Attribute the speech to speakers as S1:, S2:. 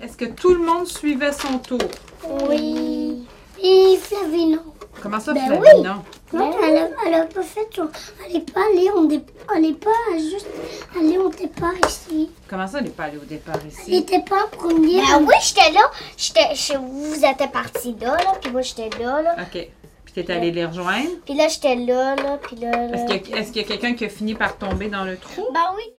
S1: Est-ce que tout le monde suivait son tour?
S2: Oui. Et Flavie, non.
S1: Comment ça,
S2: Ben
S1: Flavie?
S2: oui.
S1: Non.
S2: Non, elle a, elle a pas fait son... Elle est pas allée, on dé- elle est pas juste allée au départ ici.
S1: Comment ça, elle n'est pas allée au départ
S2: Elle
S1: ici?
S2: était pas en premier.
S3: Ben oui, j'étais là. J'étais, je- vous étiez partis là, là, puis moi j'étais là, là.
S1: OK. Puis t'es allée les rejoindre?
S3: Puis là, j'étais là, là, puis là, là.
S2: Euh,
S1: Est-ce qu'il y a, est-ce qu'il y a quelqu'un qui a fini par tomber dans le trou?
S3: Ben oui.